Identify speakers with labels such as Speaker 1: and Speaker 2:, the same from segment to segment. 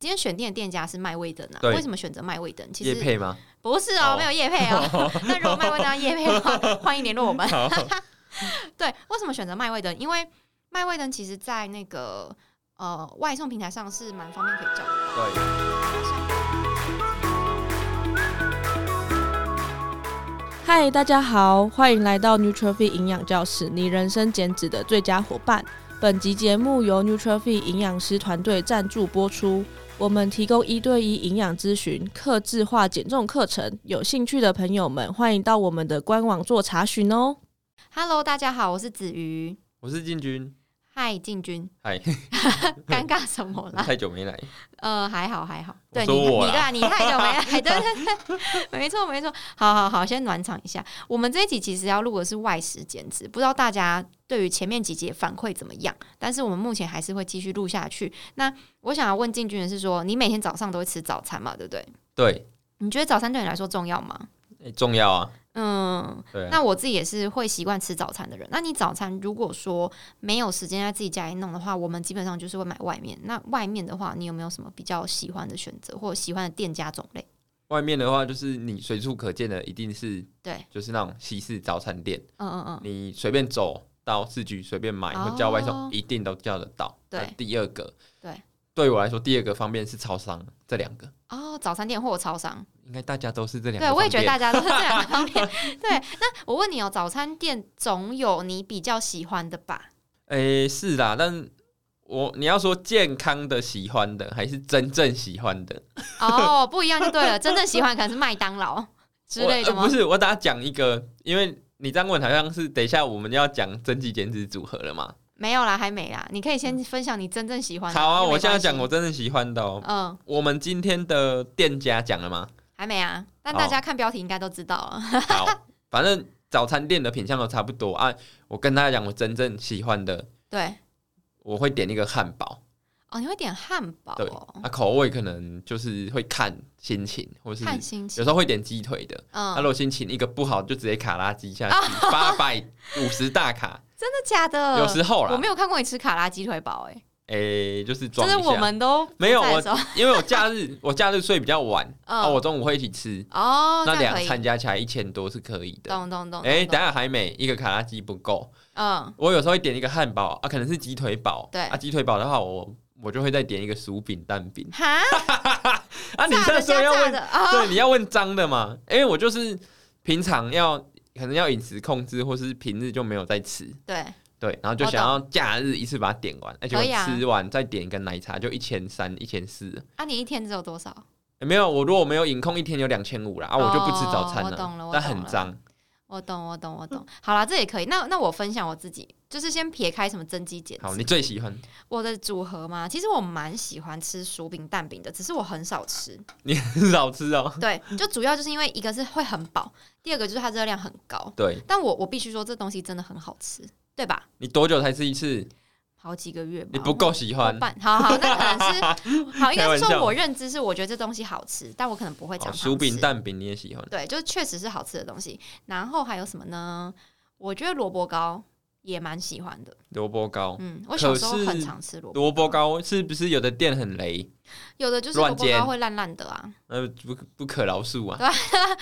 Speaker 1: 今天选定的店家是麦味登啊，
Speaker 2: 对
Speaker 1: 为什么选择麦味登？其
Speaker 2: 叶
Speaker 1: 实
Speaker 2: 配吗？
Speaker 1: 不是哦，
Speaker 2: 哦
Speaker 1: 没有叶配 哦。那如果麦味登要叶配的话， 欢迎联络我们。
Speaker 2: 好，
Speaker 1: 对，为什么选择麦味登？因为麦味登其实在那个呃外送平台上是蛮方便可以叫的。
Speaker 2: 对，
Speaker 3: 嗨，大家好，欢迎来到 Nutrify 营养教室，你人生减脂的最佳伙伴。本集节目由 Nutrify 营养师团队赞助播出。我们提供一对一营养咨询、客制化减重课程，有兴趣的朋友们欢迎到我们的官网做查询哦。
Speaker 1: Hello，大家好，我是子瑜。
Speaker 2: 我是进军，
Speaker 1: 嗨，进军，
Speaker 2: 嗨，
Speaker 1: 尴尬什么啦？
Speaker 2: 太久没来，
Speaker 1: 呃，还好还好，
Speaker 2: 我
Speaker 1: 对你
Speaker 2: 说我
Speaker 1: 你对啊，你太久 没来，对对对，没错没错，好好好，先暖场一下。我们这一集其实要录的是外食减脂，不知道大家对于前面几节反馈怎么样，但是我们目前还是会继续录下去。那我想要问进军的是说，你每天早上都会吃早餐嘛？对不对？
Speaker 2: 对，
Speaker 1: 你觉得早餐对你来说重要吗？
Speaker 2: 哎重要啊，
Speaker 1: 嗯，
Speaker 2: 对啊，
Speaker 1: 那我自己也是会习惯吃早餐的人。那你早餐如果说没有时间在自己家里弄的话，我们基本上就是会买外面。那外面的话，你有没有什么比较喜欢的选择或喜欢的店家种类？
Speaker 2: 外面的话就是你随处可见的，一定是
Speaker 1: 对，
Speaker 2: 就是那种西式早餐店，
Speaker 1: 嗯嗯嗯，
Speaker 2: 你随便走到市区随便买
Speaker 1: 哦
Speaker 2: 或叫外送，一定都叫得到。
Speaker 1: 对
Speaker 2: 那第二个，
Speaker 1: 对，
Speaker 2: 对我来说第二个方面是超商，这两个
Speaker 1: 哦，早餐店或超商，
Speaker 2: 应该大家都是这两
Speaker 1: 对
Speaker 2: 个方面。
Speaker 1: 我也觉得大家都是这两个 方面。对，那我问你哦，早餐店总有你比较喜欢的吧？
Speaker 2: 诶、欸是啦，但我你要说健康的喜欢的，还是真正喜欢的
Speaker 1: 哦，不一样就对了，真正喜欢可能是麦当劳之类的
Speaker 2: 我
Speaker 1: 吗？
Speaker 2: 呃不是，我等下讲一个，因为你这样问好像是等一下我们要讲增肌减脂组合了嘛。
Speaker 1: 没有啦，还没啦，你可以先分享你真正喜欢的。
Speaker 2: 好啊，
Speaker 1: 因为
Speaker 2: 我
Speaker 1: 没
Speaker 2: 现在
Speaker 1: 关系
Speaker 2: 讲我真正喜欢的哦。
Speaker 1: 嗯。
Speaker 2: 我们今天的店家讲了 吗？
Speaker 1: 还没啊，但
Speaker 2: 好
Speaker 1: 大家看标题应该都知道啊了。
Speaker 2: 好，反正早餐店的品相都差不多啊。我跟大家讲，我真正喜欢的，
Speaker 1: 对，
Speaker 2: 我会点一个汉堡，
Speaker 1: 哦，你会点汉堡
Speaker 2: 对，
Speaker 1: 哦，
Speaker 2: 啊，口味可能就是会看心情，或是
Speaker 1: 看心
Speaker 2: 有
Speaker 1: 情。
Speaker 2: 时候会点鸡腿的。
Speaker 1: 嗯，
Speaker 2: 啊，如果心情一个不好，就直接卡拉鸡下 去，八百五十大卡，
Speaker 1: 真的假的？
Speaker 2: 有时
Speaker 1: 呃
Speaker 2: 候
Speaker 1: 我
Speaker 2: 啦
Speaker 1: 没，有看过你吃卡拉鸡腿堡，哎，
Speaker 2: 诶，就是装
Speaker 1: 就
Speaker 2: 一
Speaker 1: 是
Speaker 2: 下。
Speaker 1: 我们都不
Speaker 2: 没有
Speaker 1: 在的时候
Speaker 2: 因为我假日我假日睡比较晚，
Speaker 1: 嗯
Speaker 2: 啊，我中午会一起吃，
Speaker 1: 哦，
Speaker 2: 那
Speaker 1: 这样可
Speaker 2: 两
Speaker 1: 以
Speaker 2: 餐加起来一千多是可以的。
Speaker 1: 懂懂懂。
Speaker 2: 哎，
Speaker 1: 懂
Speaker 2: 等下还没一个卡拉鸡不够，
Speaker 1: 嗯，
Speaker 2: 我有时候会点一个汉堡啊，可能是鸡腿堡，
Speaker 1: 对
Speaker 2: 啊，鸡腿堡的话我我就会再点一个薯饼蛋饼
Speaker 1: 哈，
Speaker 2: 啊，你
Speaker 1: 炸
Speaker 2: 现在
Speaker 1: 的
Speaker 2: 说
Speaker 1: 加
Speaker 2: 要
Speaker 1: 炸
Speaker 2: 问
Speaker 1: 的啊，
Speaker 2: 对你要问脏的嘛，因为我就是平常要可能要饮食控制，或是平日就没有在吃。
Speaker 1: 对，
Speaker 2: 对，然后就
Speaker 1: 我懂
Speaker 2: 想要假日一次把它点完，而且我
Speaker 1: 可以啊
Speaker 2: 吃完再点一个奶茶，就一千三、一千四，
Speaker 1: 啊，你一天只有多少？
Speaker 2: 欸没有，我如果没有饮控，一天有两千五啦，啊，我就不吃早餐
Speaker 1: 哦我懂了我
Speaker 2: 但
Speaker 1: 懂
Speaker 2: 很
Speaker 1: 了
Speaker 2: 脏。
Speaker 1: 我懂，我懂，我懂。好啦，这也可以。那那我分享我自己，就是先撇开什么增肌减脂，
Speaker 2: 好，你最喜欢
Speaker 1: 我的组合嘛，其实我蛮喜欢吃薯饼蛋饼的，只是我很少吃。
Speaker 2: 你很少吃哦？
Speaker 1: 对，就主要就是因为一个是会很饱，第二个就是它热量很高。
Speaker 2: 对
Speaker 1: 但我我必须说，这东西真的很好吃，对吧？
Speaker 2: 你多久才吃一次？
Speaker 1: 好几个月吧，
Speaker 2: 你不够喜
Speaker 1: 我
Speaker 2: 欢
Speaker 1: 半，好好，那可 能是好，应该是
Speaker 2: 开玩
Speaker 1: 说
Speaker 2: 笑
Speaker 1: 我认知是，我觉得这东西好吃，但我可能不会常
Speaker 2: 哦
Speaker 1: 常吃。
Speaker 2: 薯饼蛋饼你也喜欢，
Speaker 1: 对，就是确实是好吃的东西。然后还有什么呢？我觉得萝卜糕也蛮喜欢的，
Speaker 2: 萝卜糕，
Speaker 1: 嗯，我小时候
Speaker 2: 可是
Speaker 1: 很常吃萝卜
Speaker 2: 萝卜糕是不是有的店很雷？
Speaker 1: 有的就是萝
Speaker 2: 乱
Speaker 1: 卜
Speaker 2: 煎
Speaker 1: 糕会烂烂的啊。
Speaker 2: 呃，不不可饶恕
Speaker 1: 对
Speaker 2: 啊！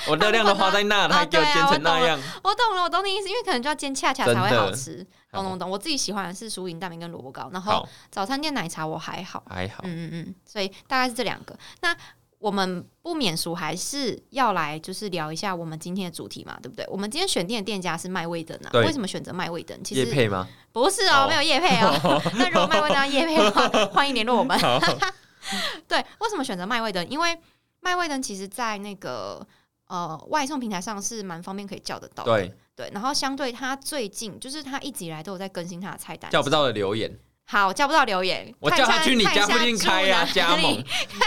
Speaker 2: 我热量都花在那，他还给我
Speaker 1: 啊对啊
Speaker 2: 煎成那样，
Speaker 1: 我懂了，我懂你意思，因为可能就要煎恰恰才会
Speaker 2: 真的
Speaker 1: 好吃。懂懂懂，我自己喜欢的是薯饼蛋饼跟萝卜糕，然后
Speaker 2: 好
Speaker 1: 早餐店奶茶我还好，
Speaker 2: 还好，
Speaker 1: 嗯嗯嗯，所以大概是这两个。那我们不免俗，还是要来就是聊一下我们今天的主题嘛，对不对？我们今天选定的店家是麦味登啊，
Speaker 2: 对
Speaker 1: 为什么选择麦味登？其
Speaker 2: 叶
Speaker 1: 实
Speaker 2: 配吗？
Speaker 1: 不是哦，
Speaker 2: 哦
Speaker 1: 没有叶配 哦。那如果麦味登要叶配的话，欢迎联络我们。
Speaker 2: 好，
Speaker 1: 对，为什么选择麦味登？因为麦味登其实在那个呃外送平台上是蛮方便可以叫得到的。
Speaker 2: 对，
Speaker 1: 对，然后相对他最近就是他一直以来都有在更新他的菜单，
Speaker 2: 叫不到的留言，
Speaker 1: 好叫不到留言，
Speaker 2: 我
Speaker 1: 看一
Speaker 2: 叫
Speaker 1: 下
Speaker 2: 他去你家附近开呀，加，
Speaker 1: 看一下住哪
Speaker 2: 盟
Speaker 1: 里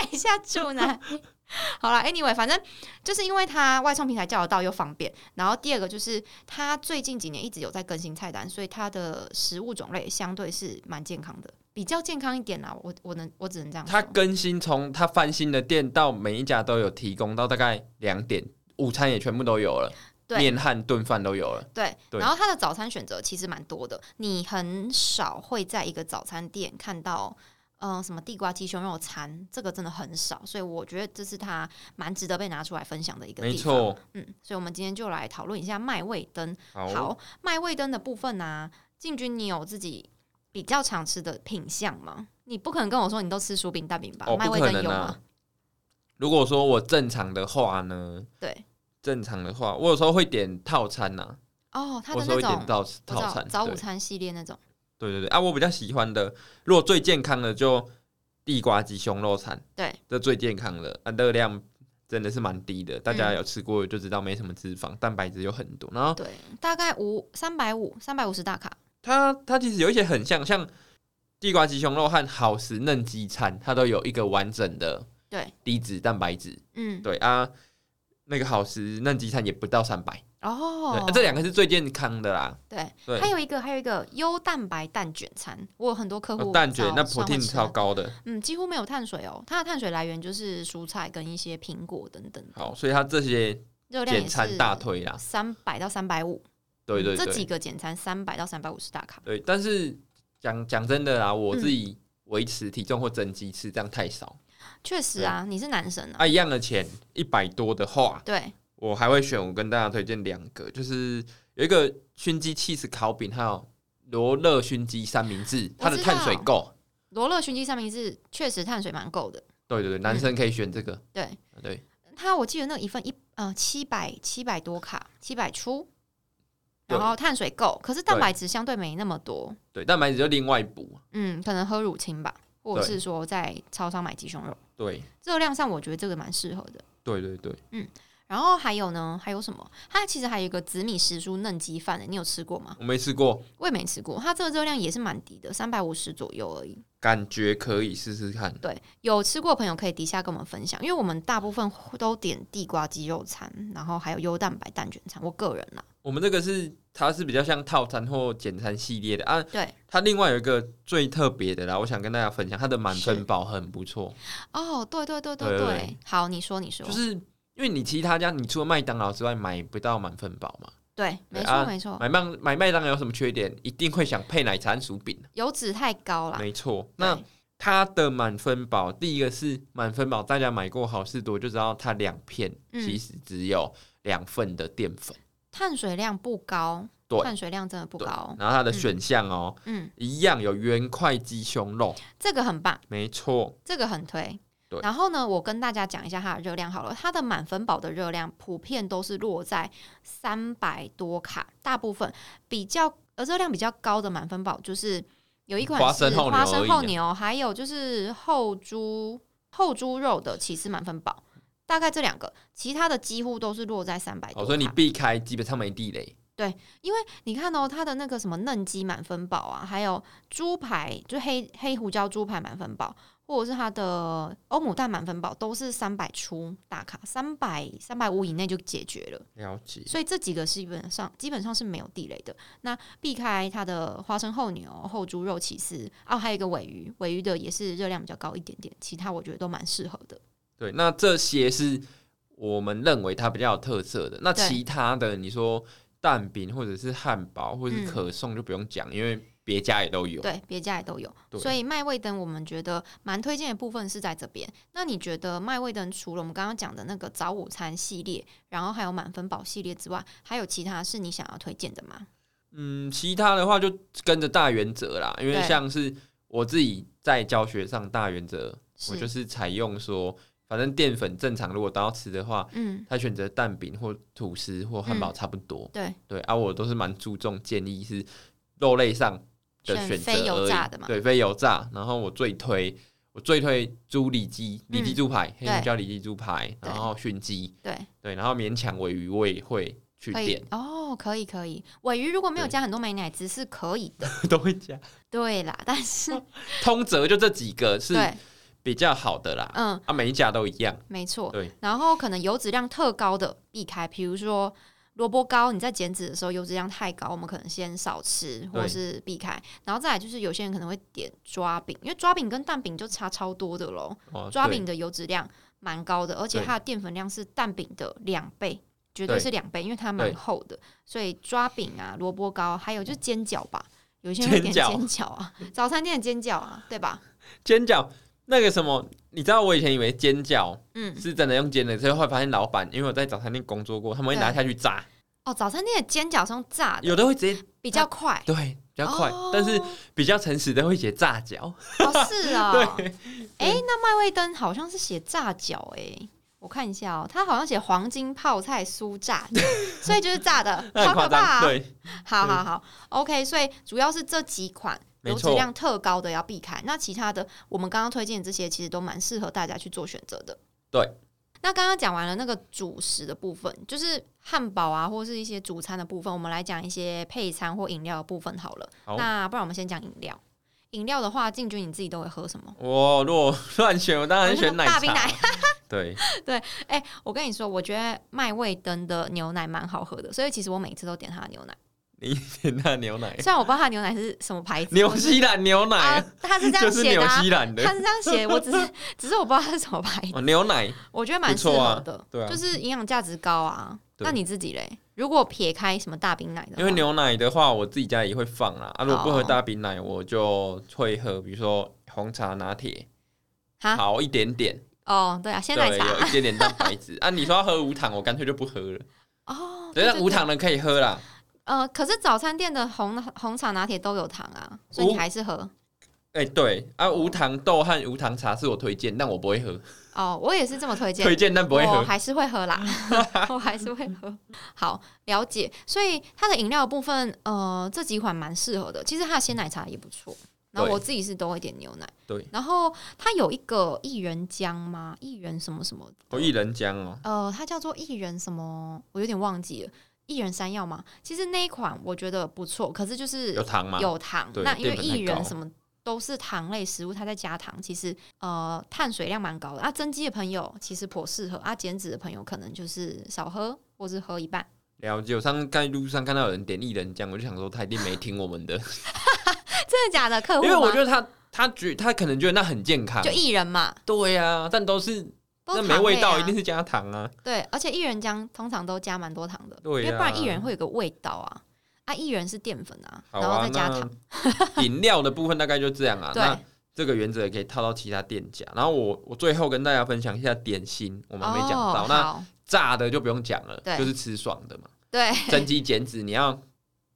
Speaker 1: 看一下住哪。 好了，anyway，反正就是因为他外送平台叫得到又方便，然后第二个就是他最近几年一直有在更新菜单，所以他的食物种类相对是蛮健康的，比较健康一点啦。我我能我只能这样说
Speaker 2: 它，更新从它翻新的店到每一家都有提供，到大概两点，午餐也全部都有了，
Speaker 1: 对
Speaker 2: 面和炖饭都有了。
Speaker 1: 对，
Speaker 2: 对
Speaker 1: 然后它的早餐选择其实蛮多的，你很少会在一个早餐店看到嗯、呃什么地瓜鸡胸肉餐，这个真的很少，所以我觉得这是它蛮值得被拿出来分享的一个
Speaker 2: 没
Speaker 1: 地方。
Speaker 2: 错，
Speaker 1: 嗯，所以我们今天就来讨论一下麦味登。
Speaker 2: 好，
Speaker 1: 好，麦味登的部分呢、进军你有自己比较常吃的品相吗？你不可能跟我说你都吃薯饼蛋饼吧？
Speaker 2: 哦，
Speaker 1: 麦
Speaker 2: 不
Speaker 1: 味
Speaker 2: 可
Speaker 1: 登有
Speaker 2: 能
Speaker 1: 吗？
Speaker 2: 啊。如果说我正常的话呢，
Speaker 1: 对，
Speaker 2: 正常的话，我有时候会点套餐呐、
Speaker 1: 哦，它
Speaker 2: 我
Speaker 1: 的
Speaker 2: 有时候
Speaker 1: 那
Speaker 2: 会点
Speaker 1: 种
Speaker 2: 套
Speaker 1: 我知
Speaker 2: 套
Speaker 1: 道
Speaker 2: 餐，
Speaker 1: 早午
Speaker 2: 对
Speaker 1: 餐系列那种，
Speaker 2: 对对对啊，我比较喜欢的，如果最健康的就地瓜鸡胸肉餐，
Speaker 1: 对，
Speaker 2: 这最健康的啊，热量真的是蛮低的，大家
Speaker 1: 嗯
Speaker 2: 有吃过就知道没什么脂肪，蛋白质有很多。然后
Speaker 1: 对，大概五三百五三百五十大卡，
Speaker 2: 它它其实有一些很像，像地瓜鸡胸肉和好食嫩鸡餐，它都有一个完整的
Speaker 1: 对
Speaker 2: 低脂蛋白质，
Speaker 1: 嗯，
Speaker 2: 对啊。那个好食嫩鸡餐也不到三百、对，
Speaker 1: 哦
Speaker 2: 啊，这两个是最健康的啦。
Speaker 1: 对，
Speaker 2: 对，
Speaker 1: 还有一个还有一个优蛋白蛋卷餐，我有很多客户
Speaker 2: 哦蛋卷
Speaker 1: 早
Speaker 2: 那
Speaker 1: 上会
Speaker 2: protein
Speaker 1: 吃
Speaker 2: 超
Speaker 1: 的，
Speaker 2: 高的，
Speaker 1: 嗯，几乎没有碳水哦，它的碳水来源就是蔬菜跟一些苹果等等，
Speaker 2: 好，所以它这些
Speaker 1: 热量
Speaker 2: 简
Speaker 1: 也
Speaker 2: 餐
Speaker 1: 是
Speaker 2: 大推啦，
Speaker 1: 三百到三百五，嗯
Speaker 2: 对对对，
Speaker 1: 这几个简餐三百到三百五十大卡，
Speaker 2: 对，但是讲讲真的啦，我
Speaker 1: 嗯
Speaker 2: 自己维持体重或增肌吃这样太少。
Speaker 1: 确实啊，你是男生啊，
Speaker 2: 啊，一样的钱一百多的话，
Speaker 1: 对，
Speaker 2: 我还会选。我跟大家推荐两个，就是有一个熏鸡 cheese 烤饼，还有罗勒熏鸡三明治，它的
Speaker 1: 知道
Speaker 2: 碳水够。
Speaker 1: 罗勒熏鸡三明治确实碳水蛮够的，
Speaker 2: 对对对，男生可以选这个。
Speaker 1: 对。
Speaker 2: 对，
Speaker 1: 它我记得那一份一呃七百七百多卡，七百出，
Speaker 2: 对
Speaker 1: 然后碳水够，可是蛋白质相对没那么多。
Speaker 2: 对，蛋白质就另外补。
Speaker 1: 嗯，可能喝乳清吧，或者
Speaker 2: 对
Speaker 1: 是说在超商买鸡胸肉，
Speaker 2: 对，
Speaker 1: 热量上我觉得这个蛮适合的。
Speaker 2: 对对对，
Speaker 1: 然后还有呢，还有什么？它其实还有一个紫米时蔬嫩鸡饭、欸你有吃过吗？
Speaker 2: 我没吃过，
Speaker 1: 我也没吃过，它这个热量也是蛮低的，三百五十左右而已。
Speaker 2: 感觉可以试试看。
Speaker 1: 对，有吃过的朋友可以底下跟我们分享，因为我们大部分都点地瓜鸡肉餐，然后还有优蛋白蛋卷餐。我个人啦，
Speaker 2: 我们这个是它是比较像套餐或简餐系列的啊。
Speaker 1: 对，
Speaker 2: 它另外有一个最特别的啦，我想跟大家分享，它的满
Speaker 1: 是
Speaker 2: 分宝很不错，
Speaker 1: 哦，对对对对
Speaker 2: 对
Speaker 1: 对，
Speaker 2: 对
Speaker 1: 好，你说你说，
Speaker 2: 就是因为你其他家你除了麦当劳之外买不到满分宝嘛，
Speaker 1: 对，没
Speaker 2: 对
Speaker 1: 错、
Speaker 2: 啊
Speaker 1: 没错，
Speaker 2: 买麦买麦当劳有什么缺点？一定会想配奶茶和薯饼，啊
Speaker 1: 油脂太高了。
Speaker 2: 没错。
Speaker 1: 对
Speaker 2: 那它的满分宝，第一个是满分宝，大家买过好事多就知道，它两片
Speaker 1: 嗯
Speaker 2: 其实只有两份的淀粉，
Speaker 1: 碳水量不高，
Speaker 2: 对
Speaker 1: 碳水量真的不
Speaker 2: 对
Speaker 1: 高。
Speaker 2: 然后它的选项哦、
Speaker 1: 嗯，
Speaker 2: 一样有原块鸡胸肉，
Speaker 1: 这个很棒，
Speaker 2: 没错。
Speaker 1: 这个很推
Speaker 2: 对。
Speaker 1: 然后呢，我跟大家讲一下它的热量好了。它的满分饱的热量普遍都是落在三百多卡，大部分比较呃热量比较高的满分饱就是有一款
Speaker 2: 花
Speaker 1: 是
Speaker 2: 生厚牛
Speaker 1: 花生
Speaker 2: 而已
Speaker 1: 厚
Speaker 2: 啊
Speaker 1: 牛，还有就是厚猪厚猪肉的起司满分饱，大概这两个，其他的几乎都是落在三百多
Speaker 2: 哦，
Speaker 1: 卡。
Speaker 2: 所以你避开基本上没地雷，
Speaker 1: 你看哦，它的那个什么嫩鸡满分堡啊，还有猪排，就黑黑胡椒猪排满分堡，或者是它的欧姆蛋满分堡，都是三百出大卡，三百三百五以内就解决了。
Speaker 2: 了解。
Speaker 1: 所以这几个基本上基本上是没有地雷的。那避开它的花生厚牛、厚猪肉起司，哦，还有一个尾鱼，尾鱼的也是热量比较高一点点，其他我觉得都蛮适合的。
Speaker 2: 对，那这些是我们认为它比较有特色的。那
Speaker 1: 对
Speaker 2: 其他的，你说蛋饼或者是汉堡或者
Speaker 1: 嗯
Speaker 2: 是可颂就不用讲，因为别家也都有。
Speaker 1: 对，别家也都有。
Speaker 2: 对
Speaker 1: 所以麦味登我们觉得蛮推荐的部分是在这边。那你觉得麦味登除了我们刚刚讲的那个早午餐系列，然后还有满分宝系列之外，还有其他是你想要推荐的吗？
Speaker 2: 嗯，其他的话就跟着大原则啦，因为
Speaker 1: 对，
Speaker 2: 像是我自己在教学上大原则，我就是是采用说，反正淀粉正常，如果都要吃的话。
Speaker 1: 嗯，
Speaker 2: 他选择蛋饼或吐司或汉堡
Speaker 1: 嗯
Speaker 2: 差不多，
Speaker 1: 对，
Speaker 2: 对啊，我都是蛮注重建议是肉类上的选择
Speaker 1: 非油
Speaker 2: 而已
Speaker 1: 炸的嘛，
Speaker 2: 对，非油炸。然后我最推，我最推猪里脊、里脊
Speaker 1: 嗯
Speaker 2: 猪排，黑
Speaker 1: 对
Speaker 2: 胡椒里脊猪排，然后熏鸡，
Speaker 1: 对，
Speaker 2: 对，然后勉强尾鱼我也会去
Speaker 1: 可以
Speaker 2: 点，，
Speaker 1: 哦，可以，可以。尾鱼如果没有
Speaker 2: 对
Speaker 1: 加很多美奶汁是可以的，
Speaker 2: 都会加。
Speaker 1: 对啦，但是
Speaker 2: 通则就这几个是
Speaker 1: 对，
Speaker 2: 比较好的啦，
Speaker 1: 嗯，
Speaker 2: 啊，每一家都一样。
Speaker 1: 没错
Speaker 2: 对。
Speaker 1: 然后可能油脂量特高的避开，比如说萝卜糕，你在减脂的时候油脂量太高，我们可能先少吃或是避开。然后再来就是有些人可能会点抓饼，因为抓饼跟蛋饼就差超多的咯。
Speaker 2: 哦，
Speaker 1: 抓
Speaker 2: 对
Speaker 1: 饼的油脂量蛮高的，而且
Speaker 2: 对
Speaker 1: 它的淀粉量是蛋饼的两倍。绝对
Speaker 2: 对
Speaker 1: 是两倍，因为它蛮
Speaker 2: 对
Speaker 1: 厚的，所以抓饼啊、萝卜糕，还有就是煎饺吧，有些人会点
Speaker 2: 煎饺
Speaker 1: 煎饺啊，早餐店的煎饺啊，对吧？
Speaker 2: 煎饺那个什么，你知道我以前以为煎饺
Speaker 1: 嗯，
Speaker 2: 是真的用煎的，所以后来发现老板，因为我在早餐店工作过，他们会拿
Speaker 1: 对
Speaker 2: 下去炸，
Speaker 1: 哦，早餐店的煎饺是用炸的，
Speaker 2: 有的会直接
Speaker 1: 比较快，
Speaker 2: 对比较快，
Speaker 1: 哦
Speaker 2: 但是比较诚实的会写炸饺，
Speaker 1: 哦是哦，
Speaker 2: 对，
Speaker 1: 哎、那麦味登好像是写炸饺哎、我看一下哦，他好像写黄金泡菜酥炸饺，所以就是炸的，
Speaker 2: 那
Speaker 1: 好可怕、
Speaker 2: 很夸张，
Speaker 1: 啊！
Speaker 2: 对，
Speaker 1: 好好好，OK，所以主要是这几款
Speaker 2: 没
Speaker 1: 油
Speaker 2: 错
Speaker 1: 脂量特高的要避开，那其他的我们刚刚推荐的这些其实都蛮适合大家去做选择的。
Speaker 2: 对。
Speaker 1: 那刚刚讲完了那个主食的部分，就是汉堡啊，或是一些主餐的部分，我们来讲一些配餐或饮料的部分好了。
Speaker 2: 好
Speaker 1: 那不然我们先讲饮料。饮料的话，静君你自己都会喝什么？
Speaker 2: 我如果乱选，我当然
Speaker 1: 我
Speaker 2: 选
Speaker 1: 那个
Speaker 2: 奶
Speaker 1: 大
Speaker 2: 茶。
Speaker 1: 冰奶
Speaker 2: 对，
Speaker 1: 哎、我跟你说，我觉得麦味登的牛奶蛮好喝的，所以其实我每次都点它的牛奶。
Speaker 2: 你点那牛奶，
Speaker 1: 虽然我不知道它的牛奶是什么牌子，
Speaker 2: 纽
Speaker 1: 我是
Speaker 2: 西兰 牛奶
Speaker 1: 啊，它是这样
Speaker 2: 就是
Speaker 1: 写
Speaker 2: 纽
Speaker 1: 的、啊，
Speaker 2: 西兰
Speaker 1: 它
Speaker 2: 的
Speaker 1: 是这样写，我只是 只是我不知道它是什么牌子，
Speaker 2: 哦，牛奶，
Speaker 1: 我觉得蛮
Speaker 2: 不
Speaker 1: 适
Speaker 2: 错啊
Speaker 1: 合的，
Speaker 2: 对啊
Speaker 1: 就是营养价值高啊。
Speaker 2: 对
Speaker 1: 那你自己嘞？如果撇开什么大冰奶的话，
Speaker 2: 因为牛奶的话，我自己家也会放啦。啊，如果不喝
Speaker 1: 哦
Speaker 2: 大冰奶，我就会喝，比如说红茶拿铁，
Speaker 1: 哈
Speaker 2: 好一点点，
Speaker 1: 哦，对啊，鲜
Speaker 2: 对，
Speaker 1: 奶茶
Speaker 2: 有一点点蛋白 质。啊，你说要喝无糖，我干脆就不喝了。
Speaker 1: 哦，
Speaker 2: 对，
Speaker 1: 对
Speaker 2: 但无。糖的可以喝啦。
Speaker 1: 对呃，可是早餐店的红红茶拿铁都有糖啊，所以
Speaker 2: 无
Speaker 1: 你还是喝
Speaker 2: 哎，对啊，无糖豆和无糖茶是我推荐，但我不会 喝，
Speaker 1: 哦。我也是这么推荐，
Speaker 2: 推荐但不会
Speaker 1: 我
Speaker 2: 喝。
Speaker 1: 哦还是会喝 啦，我还是会喝。好，了解。所以它的饮料的部分，呃，这几款蛮适合的。其实它的鲜奶茶也不错。然后
Speaker 2: 对
Speaker 1: 我自己是都会点牛奶。
Speaker 2: 对。
Speaker 1: 然后它有一个薏仁浆吗？薏仁什么什么？
Speaker 2: 我薏仁浆哦，
Speaker 1: 呃，它叫做薏仁什么？我有点忘记了。薏仁山药吗？其实那一款我觉得不错，可是就是
Speaker 2: 有糖吗？
Speaker 1: 有糖。
Speaker 2: 对
Speaker 1: 那因为
Speaker 2: 淀粉太
Speaker 1: 薏
Speaker 2: 高
Speaker 1: 仁什么都是糖类食物，它在加糖，其实呃碳水量蛮高的。啊，增肌的朋友其实颇适合，啊减脂的朋友可能就是少喝或是喝一半。
Speaker 2: 了解，我上次在路上看到有人点薏仁酱，我就想说他一定没听我们的，
Speaker 1: 真的假的？客户
Speaker 2: 因为我
Speaker 1: 吗
Speaker 2: 觉得他他觉他可能觉得那很健康
Speaker 1: 啊就，薏仁嘛，
Speaker 2: 对呀、但都是
Speaker 1: 都是
Speaker 2: 那没
Speaker 1: 糖
Speaker 2: 味
Speaker 1: 类
Speaker 2: 道，
Speaker 1: 啊
Speaker 2: 一定是加糖啊。
Speaker 1: 对，而且薏仁浆通常都加蛮多糖的，
Speaker 2: 对
Speaker 1: 因为不然
Speaker 2: 呀
Speaker 1: 薏仁会有个味道啊。啊，薏仁是淀粉啊，
Speaker 2: 好
Speaker 1: 然后
Speaker 2: 啊，
Speaker 1: 再加糖。
Speaker 2: 那饮料的部分大概就这样啊。
Speaker 1: 对
Speaker 2: 那这个原则也可以套到其他店家。然后我我最后跟大家分享一下点心，我们还没讲到。
Speaker 1: 哦、
Speaker 2: 那
Speaker 1: 好
Speaker 2: 炸的就不用讲了，
Speaker 1: 对
Speaker 2: 就是吃爽的 嘛。
Speaker 1: 对
Speaker 2: 增肌减脂，你要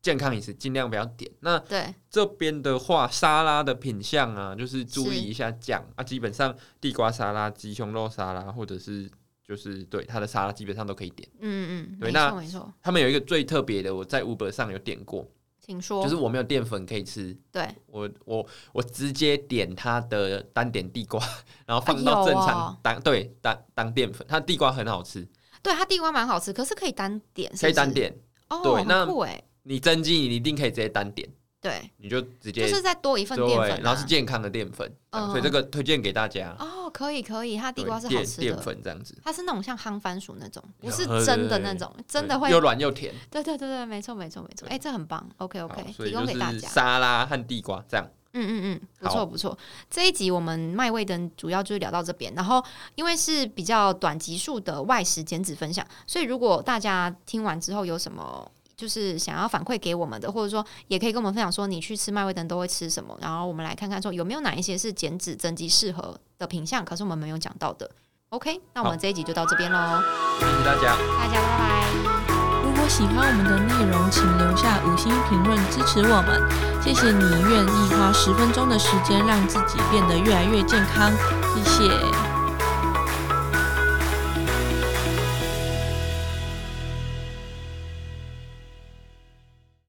Speaker 2: 健康饮食，尽量不要点。那
Speaker 1: 对
Speaker 2: 这边的话，沙拉的品相啊，就是注意
Speaker 1: 是
Speaker 2: 一下酱啊。基本上地瓜沙拉、鸡胸肉沙拉，或者是就是对它的沙拉，基本上都可以点。
Speaker 1: 嗯嗯，
Speaker 2: 对
Speaker 1: 没
Speaker 2: 那
Speaker 1: 错没错，
Speaker 2: 他们有一个最特别的，我在 Uber 上有点过，
Speaker 1: 请说。
Speaker 2: 就是我没有淀粉可以吃，
Speaker 1: 对，
Speaker 2: 我我我直接点它的单点地瓜，然后
Speaker 1: 啊
Speaker 2: 放
Speaker 1: 有
Speaker 2: 到正常
Speaker 1: 哦
Speaker 2: 当、对当当淀粉，它地瓜很好吃，
Speaker 1: 对它地瓜蛮好吃，可是可以单点，是
Speaker 2: 可以
Speaker 1: 不
Speaker 2: 单
Speaker 1: 是
Speaker 2: 点。
Speaker 1: 哦，
Speaker 2: 对
Speaker 1: 很
Speaker 2: 那
Speaker 1: 酷哎，
Speaker 2: 你增肌，你一定可以直接单点，
Speaker 1: 对，
Speaker 2: 你就直
Speaker 1: 就
Speaker 2: 接、
Speaker 1: 是再多一份淀粉、啊
Speaker 2: 对，，然后是健康的淀粉，这样
Speaker 1: 嗯
Speaker 2: 所以这个推荐给大家。
Speaker 1: 哦，可以可以，它地瓜是
Speaker 2: 对
Speaker 1: 好
Speaker 2: 淀
Speaker 1: 吃
Speaker 2: 淀
Speaker 1: 的，
Speaker 2: 粉这样子，
Speaker 1: 它是那种像夯番薯那种，不是
Speaker 2: 有
Speaker 1: 真的那种，真的
Speaker 2: 对
Speaker 1: 会，
Speaker 2: 又软又甜。
Speaker 1: 对对对对，没错没错没错，哎、这很棒，OK
Speaker 2: 好
Speaker 1: OK，
Speaker 2: 所以
Speaker 1: 提供
Speaker 2: 就
Speaker 1: 给大
Speaker 2: 是
Speaker 1: 家，
Speaker 2: 沙拉和地瓜这样。
Speaker 1: 嗯嗯嗯，不
Speaker 2: 好
Speaker 1: 错不错，这一集我们麦味登主要就是聊到这边，然后因为是比较短集数的外食减脂分享，所以如果大家听完之后有什么。就是想要反馈给我们的，或者说也可以跟我们分享说你去吃麦味登都会吃什么，然后我们来看看说有没有哪一些是减脂增肌适合的品相，可是我们没有讲到的。OK，那我们
Speaker 2: 好
Speaker 1: 这一集就到这边喽，
Speaker 2: 谢谢大家，
Speaker 1: 大家拜拜。
Speaker 3: 如果喜欢我们的内容，请留下五星评论支持我们。谢谢你愿意花十分钟的时间让自己变得越来越健康，谢谢。